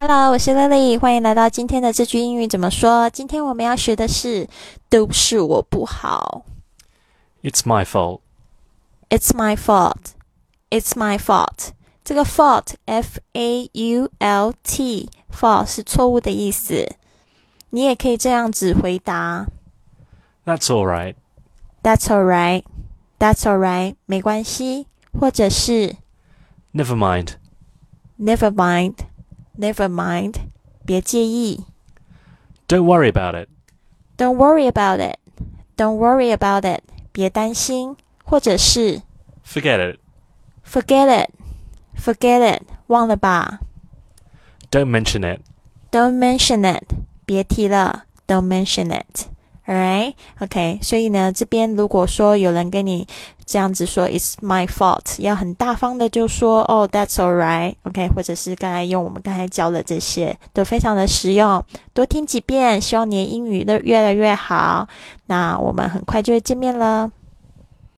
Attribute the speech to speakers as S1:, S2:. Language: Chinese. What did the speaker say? S1: Hello，我是 Lily，欢迎来到今天的这句英语怎么说。今天我们要学的是都是我不好
S2: It's my fault.
S1: ，It's my fault，It's my fault。这个 fault f a u l t fault 是错误的意思。你也可以这样子回答
S2: That's all right.
S1: ，That's alright，That's alright，没关系，或者是
S2: Never mind.
S1: Never mind，Never mind，别介意。
S2: Don't worry about it.
S1: Don't worry about it. Don't worry about it. 别担心，或者是
S2: Forget it.
S1: Forget it. Forget it. 忘了吧。
S2: Don't mention it.
S1: Don't mention it. 别提了。Don't mention it. Alright, OK。所以呢，这边如果说有人跟你这样子说 "It's my fault"，要很大方的就说哦、That's alright." OK，或者是刚才用我们刚才教的这些，都非常的实用。多听几遍，希望你的英语的越来越好。那我们很快就会见面了。